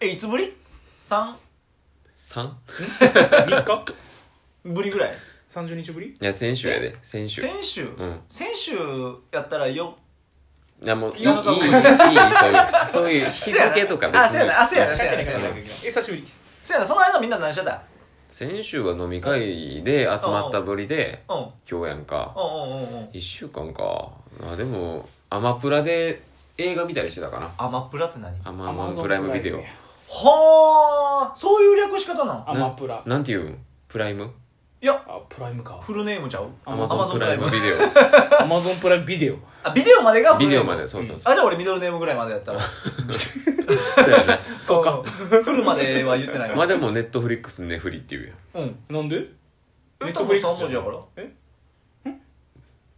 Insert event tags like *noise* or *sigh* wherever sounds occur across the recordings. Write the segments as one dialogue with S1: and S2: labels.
S1: えいつぶり ?3
S2: 3?
S3: 3日
S1: ぶりぐらい
S3: ?30 日ぶり
S2: いや先週やで先週
S1: 先週、
S2: ん
S1: 先週やったらよ
S2: いやもういいいいいい
S1: 気が
S2: そ
S1: 向
S2: うい
S1: か
S2: う
S1: な
S2: そういう日付とか
S1: あそうやなあそうやな
S3: 確
S1: そうや
S3: か
S1: な
S3: に
S1: そうやな
S3: え久しぶり
S1: そうやなその間みんな何してた
S2: 先週は飲み会で集まったぶりで
S1: うんうん
S2: 今日やんか
S1: うんうんうん
S2: 1週間かあでもアマプラで映画見たりしてたかな
S1: アマプラって何
S2: アマゾンプライムビデオ
S1: はあそういう略し方なん
S3: アマプラ
S2: なんていうんプライム
S1: いや
S3: あプライムか
S1: フルネームちゃう
S2: ア
S3: ア
S2: マ
S3: マ
S2: ゾ
S3: ゾ
S2: ンプライムビデ
S1: *laughs*
S3: アマゾンプライムビデオ
S1: あビデオまでが
S2: オ
S1: フルネ
S2: ビデ
S1: ー
S2: オ
S1: ム
S2: までそうそうそ
S1: あじゃあ俺ミドルネームぐらいまでやったら
S2: うそうやね
S3: そうか
S1: 来るまでは言ってないわ
S2: まあでもネットフリックスネフリっていうやん
S1: うん
S3: なんで
S1: え
S3: ネッ
S1: 多
S3: ト
S1: 分
S3: フ
S1: 3
S3: リックス
S1: 文字やから
S3: え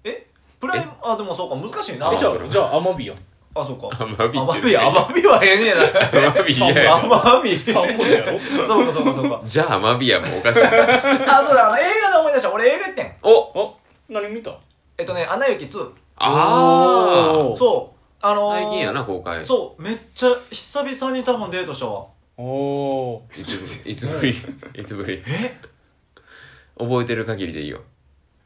S1: えプライムあでもそうか難しいな
S3: えじゃ
S2: プラ
S3: あじゃあアマビやん
S1: あそうか
S2: アマビ
S1: ア
S2: っ
S1: マ
S2: て
S1: ビアマビはええねやな
S2: アマビ嫌や
S1: アマビそう
S3: 3文字やろ
S1: かそうかそうか
S2: じゃあアマビやもうおかしい
S1: あそうだあの映画で思い出した俺映画行ってん
S2: お
S3: あ何見た
S1: えっとね「アナ雪2
S2: ああ」
S3: お
S1: そうあのー
S2: 最近やな公開
S1: そうめっちゃ久々に多分デートしたわ
S3: おー
S2: いつぶりいつ
S1: *laughs*
S2: ぶりいつぶり
S1: え
S2: 覚えてる限りでいいよ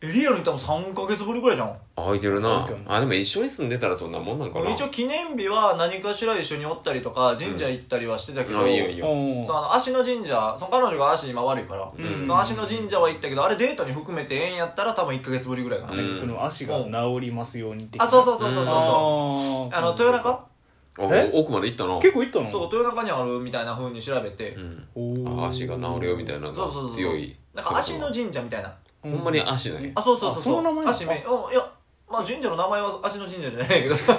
S1: えリアルに多分3ヶ月ぶりぐらいじゃん
S2: あ開いてるな
S3: 開いてる
S2: あでも一緒に住んでたらそんなもんなんかな
S1: 一応記念日は何かしら一緒におったりとか神社行ったりはしてたけど、
S2: あいいよいいよ
S3: お
S1: そう
S3: ー
S1: あの足の神社その彼女が足今悪いから、
S2: うん
S1: その足の神社は行ったけどあれデートに含めて縁やったら多分1ヶ月ぶりぐらいかな、
S2: うん
S3: その足が治りますように的な
S1: あそうそうそうそうそうそう
S3: あー
S1: あの豊中
S2: あ
S3: え
S2: 奥まで行ったな
S3: 結構いったの
S1: そう豊中にあるみたいな風に調べて、
S2: うん
S3: お
S2: あ
S3: ー
S2: 足が治るよみたいなの
S1: そうそうそう
S2: が強い
S1: なんか足の神社みたいな
S2: ほんまに足なんや
S1: あそうそうそう
S3: あその名前なの
S1: 足めうんいやまあ神社の名前は足の神社じゃないけどそう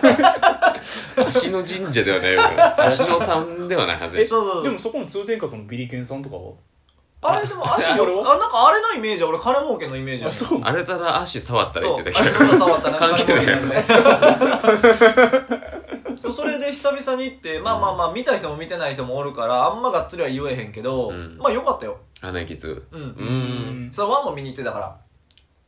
S2: 足の神社ではないよ俺足のさんではないはずや
S3: え
S1: そうそう
S3: でもそこの通天閣のビリケンさんとかは
S1: *laughs* あれでも足
S3: あ
S1: よ
S3: 俺は
S1: あなんかあれのイメージは俺金儲けのイメージやねそう
S3: そう
S2: あれただ足触ったら言ってたけ
S1: 足の裏触ったらなんか
S2: 関係ない
S1: 金儲けのねそうそれで久々に行ってまあまあまあ見た人も見てない人もおるからあんまがっつりは言えへんけど、
S2: うん
S1: まあよかったよ
S2: ど鼻息痛
S1: うん、
S2: う
S3: うん
S1: それワンも見に行ってたから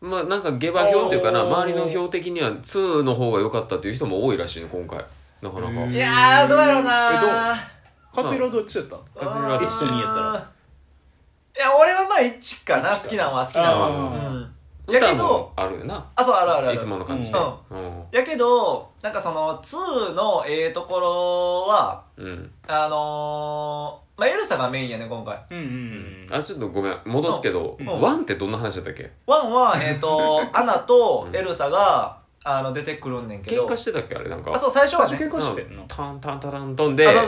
S2: まあなんか下馬評っていうかな
S3: あー
S2: 周りの評的には2の方が良かったっていう人も多いらしいね今回なかなか
S3: へ
S1: い
S3: ー
S1: やーどうやろうな
S3: え勝浦どっちだった
S2: 勝浦は
S3: 一と二やったら
S1: いや俺はまあ1かな
S3: 一か
S1: 好きなんは好きなんはう
S3: あ
S1: んや
S2: 歌
S1: けど
S2: もあるよな
S1: あそうあるあるある
S2: いつもの感じでうん
S1: やけどなんかその2のええところは
S2: うん
S1: あのー、まあエルサがメインやね今回
S3: ーうんうんうん
S2: あちょっとごめん戻すけど
S3: うん
S2: ワンってどんな話だったっけ
S1: 1はえっ、
S2: *laughs*
S1: とアナとエルサがあの出てくるんねんけ
S2: 喧
S1: ど
S2: 嘩してたっけあれなんか
S1: あそう最初は
S3: 最
S1: ね
S3: 初喧嘩してんの
S2: タンタンタラン飛んで
S1: あそう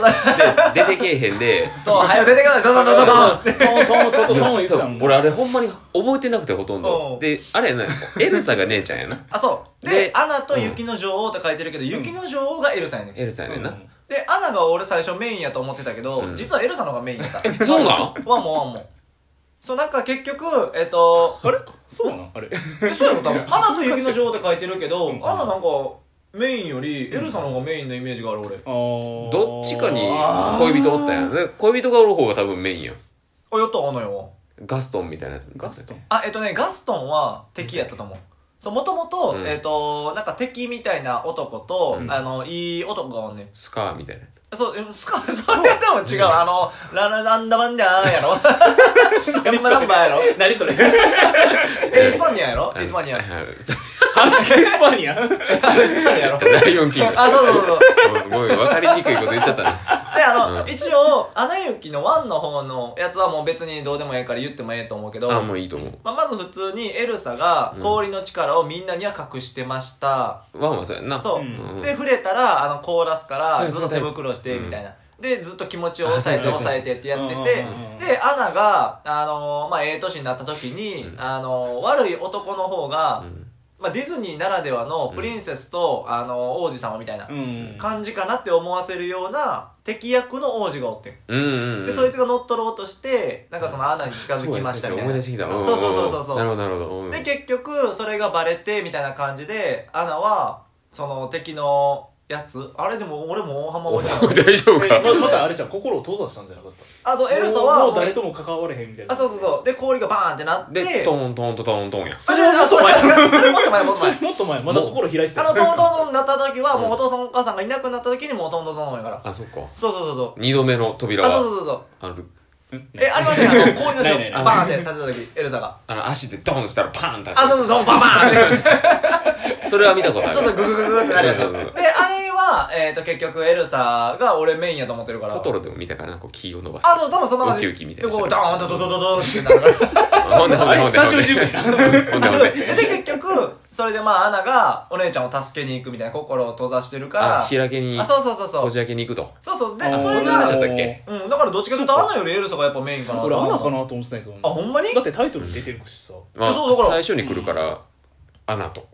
S2: で出てけえへんで
S1: そう「はよ出てくださ
S2: *laughs*
S1: いドドドドドン!」って
S3: トントントントントン言って
S2: そ
S3: た
S2: う
S3: もん
S2: 俺あれほんまに覚えてなくてほとん
S1: う
S2: ど
S1: ん
S2: であれやなエルサが姉ちゃんやな
S1: あそう
S2: で
S1: でアナと雪の女王って書いてるけど、雪の女王がエルサやねん
S2: エルサやねんな
S1: でアナが俺最初メインやと思ってたけど、
S2: うん
S1: 実はエルサの方がメインやった
S2: えそうなん
S1: ワンもワンもそうなんか結局えっ、と
S3: あれそうなんあれ
S1: えそうやろ多分「
S3: いや
S1: アナと雪の女王」って書いてるけど、
S3: うん
S1: アナなんかメインよりエルサの方がメインのイメージがある俺、
S2: ど
S3: ど
S2: っちかに恋人おったんやで恋人がおる方が多分メインやん
S1: あやったアナよ
S2: ガストンみたいなやつ
S3: ガストン
S1: あえっ、とねガストンは敵やったと思うそうもともと
S2: うん
S1: えっ、となんか敵みたいな男と、
S2: うん
S1: あのいい男がおんねん
S2: スカーみたいなやつ
S1: そうえスカ *laughs* それでも違うあのララランダマンダーやろランダマンバーやろ *laughs*
S3: 何それ
S1: えイスパニアやろイスパニア
S2: はいはい
S3: 花毛スパニア
S1: あれ好きなんやろ
S2: ライオンキン
S1: *laughs*
S2: グ *laughs*
S1: あ、そうそうそうそう。
S2: ごめん分かりにくいこと言っちゃったね
S1: で、あの、
S2: うん
S1: 一応、アナ雪の1の方のやつはもう別にどうでもええから言ってもええと思うけど、
S2: あもういいと思う
S1: まあ、まず普通にエルサが氷の力をみんなには隠してました。
S2: ワンはそうやんな
S1: そう、
S3: うん
S1: で、触れたら、あの、凍らすから、
S2: はい
S1: ずっと手袋して、
S2: うん
S1: みたいな。で、ずっと気持ちを抑えて
S2: あそうそうそう
S1: 抑えてってやって
S3: うんうん
S1: て
S3: うんうん、
S1: で、アナが、あのーまあ、ええ年になった時に、
S2: うん
S1: あのー悪い男の方が、
S2: うん
S1: まあ、ディズニーならではのプリンセスと、あのー王子様みたいな、
S3: うん
S1: 感じかなって思わせるような敵役の王子がおってん
S2: うんうん
S1: でそいつが乗っ取ろうとしてなんかその穴に近づきましたみたい
S2: そうやそうや思い
S1: な
S2: 出してきた
S1: そうそうそうそうそうん
S2: なるほどなるほどうん
S1: で結局それがバレてみたいな感じでアナはその敵のやつあれでも俺も大浜
S2: お
S1: 覚えてない
S2: *laughs* 大丈夫か
S3: ままたあれじゃん心を閉ざしたんじゃなかった
S1: あそうエルサは
S3: もう誰とも関われへんみたいな
S1: あそうそうそうで氷がバーンってなって
S2: で、トントンとトントンや。
S1: それあそれそれそれもっと前もっと
S3: それ
S1: 前
S3: もっと前まだ心開いて
S1: あ
S3: た
S1: のトントントンになった時はもうお父さんお母さんがいなくなった時にもうトントントンやから
S2: あ、そっか。
S1: そうそうそうそう
S2: 二度目の扉
S1: あそうそ
S2: は、
S1: うそうそう
S2: あの、ぶ
S1: えありま
S3: *laughs*
S1: したね氷の
S3: ないない
S1: 下
S3: ない
S1: バーンって立てた時エルサが
S2: あの足でドンしたらパーンって。
S1: あそうそうドンバンバン
S3: *laughs*
S1: って
S2: それは *laughs* 見たことある。
S1: そうそうグググググってなるやつで
S2: そ
S1: あ
S2: うそうそう
S1: れはえっと結局エルサが俺メインやと思ってるから
S2: トトロでも見たからな、こう、気を伸ばして。
S1: あそう多分そんな感じ
S2: ウキウキみたいな
S1: でこうドーンドドドドドンってなるから
S2: あほんでほん
S3: あ
S2: で
S3: れ
S2: ほんで
S3: 久
S2: ほ
S3: し
S2: ん
S3: ぶ
S2: で
S3: り。ですね
S2: ほ
S1: *laughs*
S2: んでほんで。
S1: でで結局それでまあアナがお姉ちゃんを助けに行くみたいな心を閉ざしてる
S2: あ
S1: か、
S2: 開けに
S1: らあ、そうそうそうそ
S2: こ
S1: う
S2: じ開けに行くと。
S1: そうそうで
S2: あ
S1: そ
S2: そ
S1: れ
S2: んな話
S1: が
S2: だったっけ
S1: うんだからどっちかというとアナよりエルサがやっぱメインかな
S3: 俺アナかなと思ってたんやけど
S1: あほんまに
S3: だってタイトルに出てるしさ
S2: まあ
S1: そうだから
S2: 最初に来るから、アナと。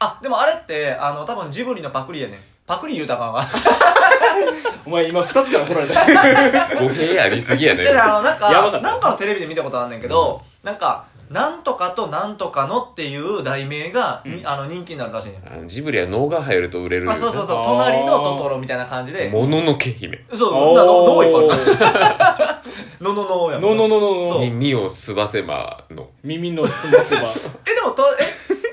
S1: あでもあれってあの多分ジブリのパクリやねんパクリ言うたらあかんわ
S3: お前今2つから怒られた
S2: 語弊ありすぎや
S1: *laughs*
S2: ね。
S1: じゃああのなん
S3: や
S1: か
S3: ばかった
S1: なんかのテレビで見たことあんねんけど、なんかなんとかとなんとかのっていう題名が、にあの人気になるらしいねん
S2: あのジブリは脳が入ると売れる。
S1: あそうそうそう
S3: あー
S1: 隣のトトロみたいな感じで
S2: もののけ姫。
S1: そう
S3: おー
S1: なの脳いっぱいあるのののやもん
S3: のののの
S1: そう
S3: の
S2: 耳をすばせばの。
S3: 耳のすませば
S1: えでもとえ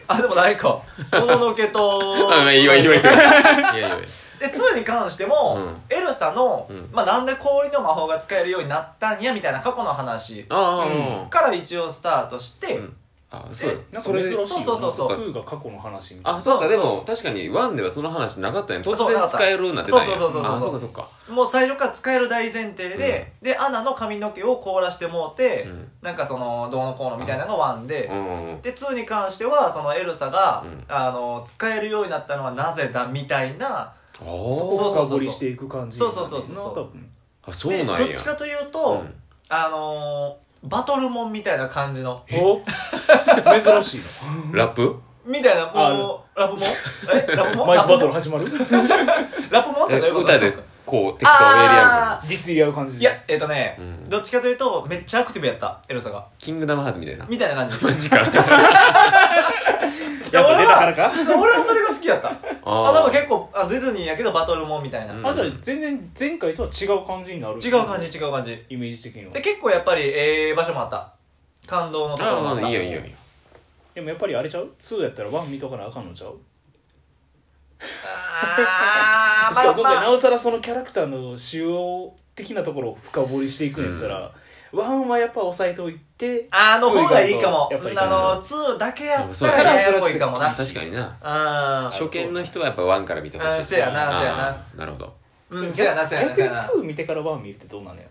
S1: あでもないかもののけと
S2: *laughs* あ、まあ、いいわい
S1: *laughs*
S2: いわいいわ。いやいやいや。
S1: で2に関しても、エルサの、
S2: うん
S1: まあ、なんで氷の魔法が使えるようになったんやみたいな過去の話
S2: あ
S1: から一応スタートして、
S2: うんあ、あ、そう
S1: え
S2: だ。
S3: なん
S2: そ
S3: か
S2: れ
S3: 珍しい
S2: で
S3: よな
S1: そうそうそうそう
S3: 2が過去の話みたいな
S2: あ、そう
S1: そ
S2: か、
S1: う
S2: でも、確かに、ワンではその話なかったね。突
S1: そうなか
S2: 然
S1: った
S2: 使えるようになってたんや。
S1: そうそうそうそうそう
S2: あ、そうか、そうか。
S1: もう最初から使える大前提で、でアナの髪の毛を凍らしてもうて、
S2: うん
S1: なんかそのどうのこうのみたいなのが1で、
S2: うん。
S1: で2に関してはそのエルサが、
S2: うん
S1: あの使えるようになったのはなぜだみたいな
S2: お
S1: そう
S2: ー
S1: そうそうそう
S3: 掘りしていく感じ
S1: そうそうそうそう
S3: な多分
S2: あ、そう
S1: で
S2: なん
S1: ど
S2: や。
S1: っちかというと、
S2: うん
S1: あのーバトルモンみたいな感じの
S3: お珍しい
S2: ラップ
S1: みたいな、もう、ラブ
S3: *laughs*
S1: モンえ *laughs* ラブモ
S3: な
S1: ン
S3: マイ
S1: ラ
S3: ク
S1: ブモン
S3: バトル始まる
S1: ラップモンって
S2: え
S1: どういうこと
S2: 歌で、こう、適当にエリア
S1: あ
S3: ディスり合う感じ
S1: ーいや、えっ、とね、
S2: うん
S1: どっちかというと、めっちゃアクティブやった、エルサが。
S2: キングダムハーツみたいな。
S1: みたいな感じ。
S2: *laughs* マジか。
S1: いや
S3: やっぱ
S1: 俺
S3: 出たから
S1: は、
S3: か
S1: 俺はそれが好きやった。あ、でも
S2: あ
S1: 結構、あディズニーやけどバトルもんみたいな。
S2: うん
S1: 違
S3: あじゃあ全然前回とは違う感じになる
S1: う感じ、違う感じ。
S3: イメージ的には
S1: で、結構やっぱり、ええ場所もあった。感動のところもあ
S2: あ
S1: っ
S2: ー、
S1: た。
S2: いいよいいよいいよ。
S3: でもやっぱりあれちゃう2やったら1見とかなあかんのちゃう
S1: あ
S3: しかも
S1: ー、
S3: 今
S1: まあ
S3: 回
S1: ま
S3: な
S1: あ、
S3: おさらそのキャラクターの主要的なところを深掘りしていくんやったら、ワンはやっぱ抑えておいて
S1: あの方がいいかも。
S3: やっぱいいかな
S1: あの、2だけやった
S2: そうや
S1: ら
S2: な
S1: ややこいかもな。
S2: 確かにな。
S1: うん。
S2: 初見の人はやっぱワンから見てほし
S1: うん
S2: い。
S1: せやなせやな
S2: あー。なるほど。
S1: うん、せやな、せやな、
S3: 逆
S1: せ
S3: に
S1: やな。
S3: 2見てから1見るってどうなんのや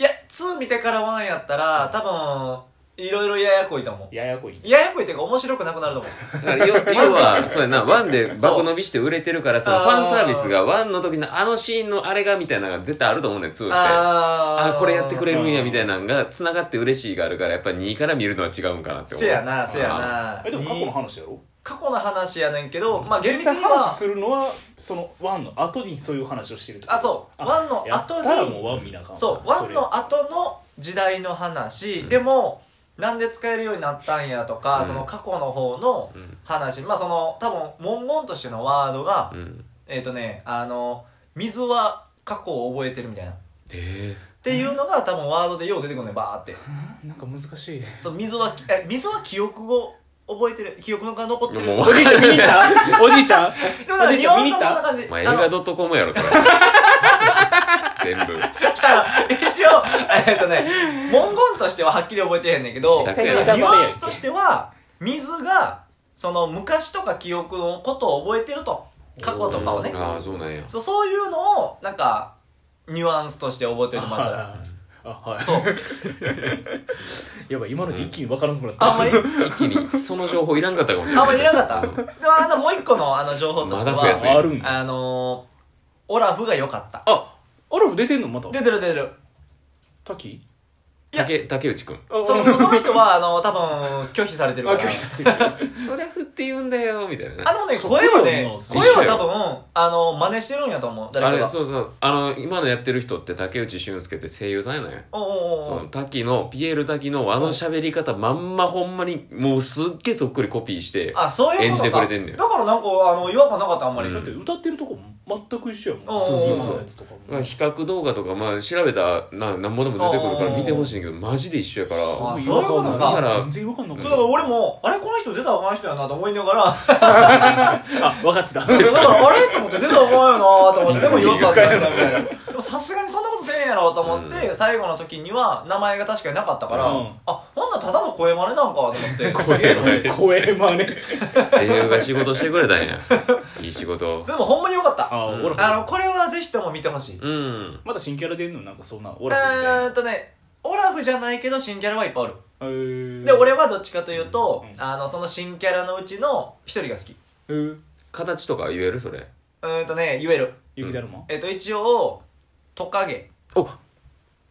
S1: いや、2見てから1やったら、多分、いろいろややこいと思。
S3: ややこいう
S1: ややこいっていうか面白くなくなると思う。
S2: だから要要は、そうやな、ワンでバコ伸びして売れてるから、その
S1: あー
S2: ファンサービスがワンの時のあのシーンのあれがみたいなのが絶対あると思うねん、2って。あ
S1: あー
S2: あー、これやってくれるんやみたいなのが繋がって嬉しいがあるから、やっぱ2から見るのは違うんかなって思う。
S1: せやな、せやな。
S3: えでも過去の
S1: に
S3: 話やろ
S1: 過去の話やねんけど、まあ厳
S3: 実
S1: 密
S3: 際
S1: に
S3: 話
S1: は、
S3: するのはその1の後にそういう話をしてるってこと
S1: あそう
S3: あ
S1: ワンの
S3: やった
S1: 後に
S3: らもう1見なあかんわ
S1: そう、
S3: そ
S1: 1
S3: れ
S1: の後の時代の話、でも、なんで使えるようになったんやとか、
S2: うん
S1: その過去の方の
S2: うん
S1: 話、まあその、多分文言としてのワードが、
S2: うん。
S1: えっ、とね、あの、水は過去を覚えてるみたいな。っ
S2: え
S1: ていうのが多分ワードでよう出てくるね、バーって。
S3: なんか難しい
S1: そう水はきえ水は記憶を覚えてる記憶が残ってる
S2: い
S1: で
S2: や
S1: も
S2: もう
S3: おじいちゃん見に *laughs* 行ったおじいちゃん
S1: なん
S3: お
S1: か
S3: じい
S1: ニ
S3: ち
S1: ュ
S3: ゃ
S1: ア
S3: ん見
S1: ンス
S3: に行
S1: はそん
S3: っ
S1: な
S3: た
S1: 感じ
S2: ー、まあ映
S1: あの
S2: 画 .com やろ、それ。全部。
S1: じゃあ一応えっとね文言としてははっきり覚えてへんねんけどニ
S2: 自
S1: ュ
S2: 宅やな
S1: アンスとしては水がその昔とか記憶のことを覚えてると過去とかをね
S2: ああ、そうなんや。
S1: そうそういうのをなんかニュアンスとして覚えてるもらったら
S3: ああはい
S1: そう
S3: やばい今ので一気に分からなくなった
S1: あんまり
S2: 一気に、その情報いらんかったかもしれな
S1: あ
S2: い。
S1: んまりいらなかったでもあのもう一個のあの情報として
S2: まだ増やせ
S1: は
S3: あるんだ
S1: あのーオラフが良かった
S2: あ
S3: オラフ出てんのまた
S1: 出てる出てる
S3: 滝
S1: いや
S2: 竹、竹内くん。
S3: あ
S1: その
S3: オラフ
S1: その人はあの多分拒否されてる
S3: あ
S1: から
S3: 拒否されてる
S2: オラフって言うんだよ、みたいな。
S1: あのね
S3: そ
S1: 声は
S3: 声は
S1: ね
S3: もうす
S1: 声
S2: ごい
S1: は多分あの真似してるんやと思う
S2: あ
S1: 誰か
S2: れ
S1: が
S2: そうそうあの今のやってる人って竹内俊介って声優さんやない
S1: おうおう
S2: そ
S1: お
S2: の
S1: う
S2: 滝のピエール滝のあの喋り方まんまほんまにもうすっげえそっくりコピーして
S1: あそういうことか
S2: 演じてくれてんねん
S1: だからなんかあの違和感なかったあんまり、
S2: う
S3: だ
S2: ん
S3: って歌ってるとこ全く一緒やもん
S1: あー
S2: そうそうそう
S3: 今のやつとかも
S2: まあ、比較動画とか、まあ、調べたらななんぼでも出てくるから見てほしいけどマジで一緒やから
S1: あ
S3: も
S1: そういうことか
S3: 違和感ない
S2: だから
S3: 全然違和感な
S1: そうだ
S3: かっ
S1: から俺もあれこの人出たらお前人やなと思いながら
S3: たあ分かってた
S1: そうだからあれと思って出たらお前やなと思ってでも違和感ないなみたいな
S3: う
S1: でもさすがにそんなことせえへんやろと思って、
S2: う
S1: 最後の時には名前が確かになかったから、
S3: うん
S1: あほんなんただの声真似なんかと思
S3: *laughs*
S1: って
S2: 声真似
S3: 声真似
S2: 声優が仕事してくれたんやいい
S1: *laughs*
S2: 仕事
S1: それもほんまによかった
S3: あ
S2: うん
S3: オラフ
S1: あのこれはぜひとも見てほしい
S2: うん
S3: まだ新キャラ出んのなんかそんなオ
S1: オ
S3: ラフみたい
S1: えーっとねオラフじゃないけど新キャラはいっぱいおる
S3: なへー
S1: で俺はどっちかというと、
S3: うん
S1: あのその新キャラのうちの一人が好き
S3: へー
S2: 形とか言えるそれ
S1: うーんとね言える
S3: 雪だるま
S1: えっと一応トカゲ
S2: お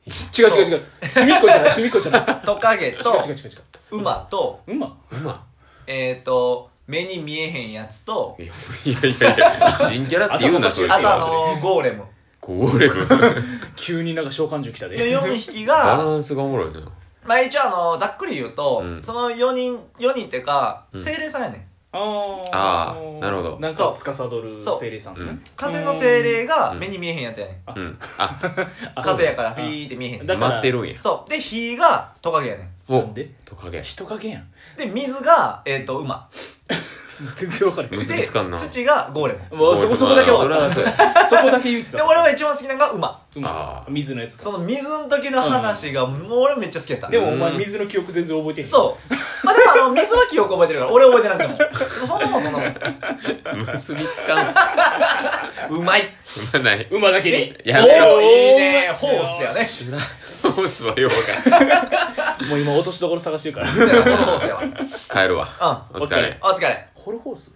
S3: 違う違う違う隅っこじ *laughs* ゃない隅っこじゃない
S1: トカゲと
S3: 違う違う違う違
S1: 馬と
S3: ううま
S2: うま
S1: えっ、と目に見えへんやつと
S2: いやいやいやいや新キャラって言うなそいつ
S1: あとあ
S2: は
S1: のゴー
S2: *laughs*
S1: レム
S2: ゴーレム
S3: 急になんか召喚獣来た
S1: の
S3: で
S1: 4匹
S2: バ
S1: が
S2: ランスがおもろいな
S1: まあ一応あのざっくり言うと、
S2: うん
S1: その4人4人っていうか
S2: うん
S1: 精霊さんやねん
S3: あー
S2: あーなるほど
S3: なん
S1: そ
S3: か
S1: う
S3: 司る
S1: そう
S3: 精霊さん
S2: う
S3: ね
S2: ん
S1: 風の精霊が
S2: うん
S1: 目に見えへんやつやね
S2: うんあ
S1: ん風やからフィーって見えへんね
S3: だ
S1: ん
S3: から
S2: 待ってるんや
S1: そうで火がトカゲやねん
S2: お
S3: なんで
S2: トカゲ
S3: 人影やん *laughs*
S1: で水がえっ、と馬
S3: 全然わかれへん
S2: む
S1: で
S2: 結びつかんな
S1: 土がゴーレム
S3: もうそこそこだけ
S2: そ
S3: 分
S2: れ
S3: かっ
S2: はそうや
S3: *laughs* たそこだけ唯一
S1: で俺は一番好きなのが馬
S3: あ
S2: あー
S3: 水のやつ
S1: その水の時の話が、もう俺めっちゃ好きやった
S3: でもお前
S2: うん
S3: 水の記憶全然覚えてへん
S1: そうまあでもあの水は記憶覚えてるから俺覚えてなくてもそんなもんそんなもん
S2: 結びつ *laughs* かん
S1: うまい
S2: まない
S3: 馬だけに
S2: やめろ
S1: おーいいねホースやね
S2: 知 *laughs* らんホースはようが
S3: もう今落としどころ探してるから
S1: そうやなこのホースやわ
S2: 帰るわ
S1: うん
S2: お疲れ
S1: お疲れ
S3: ホルホース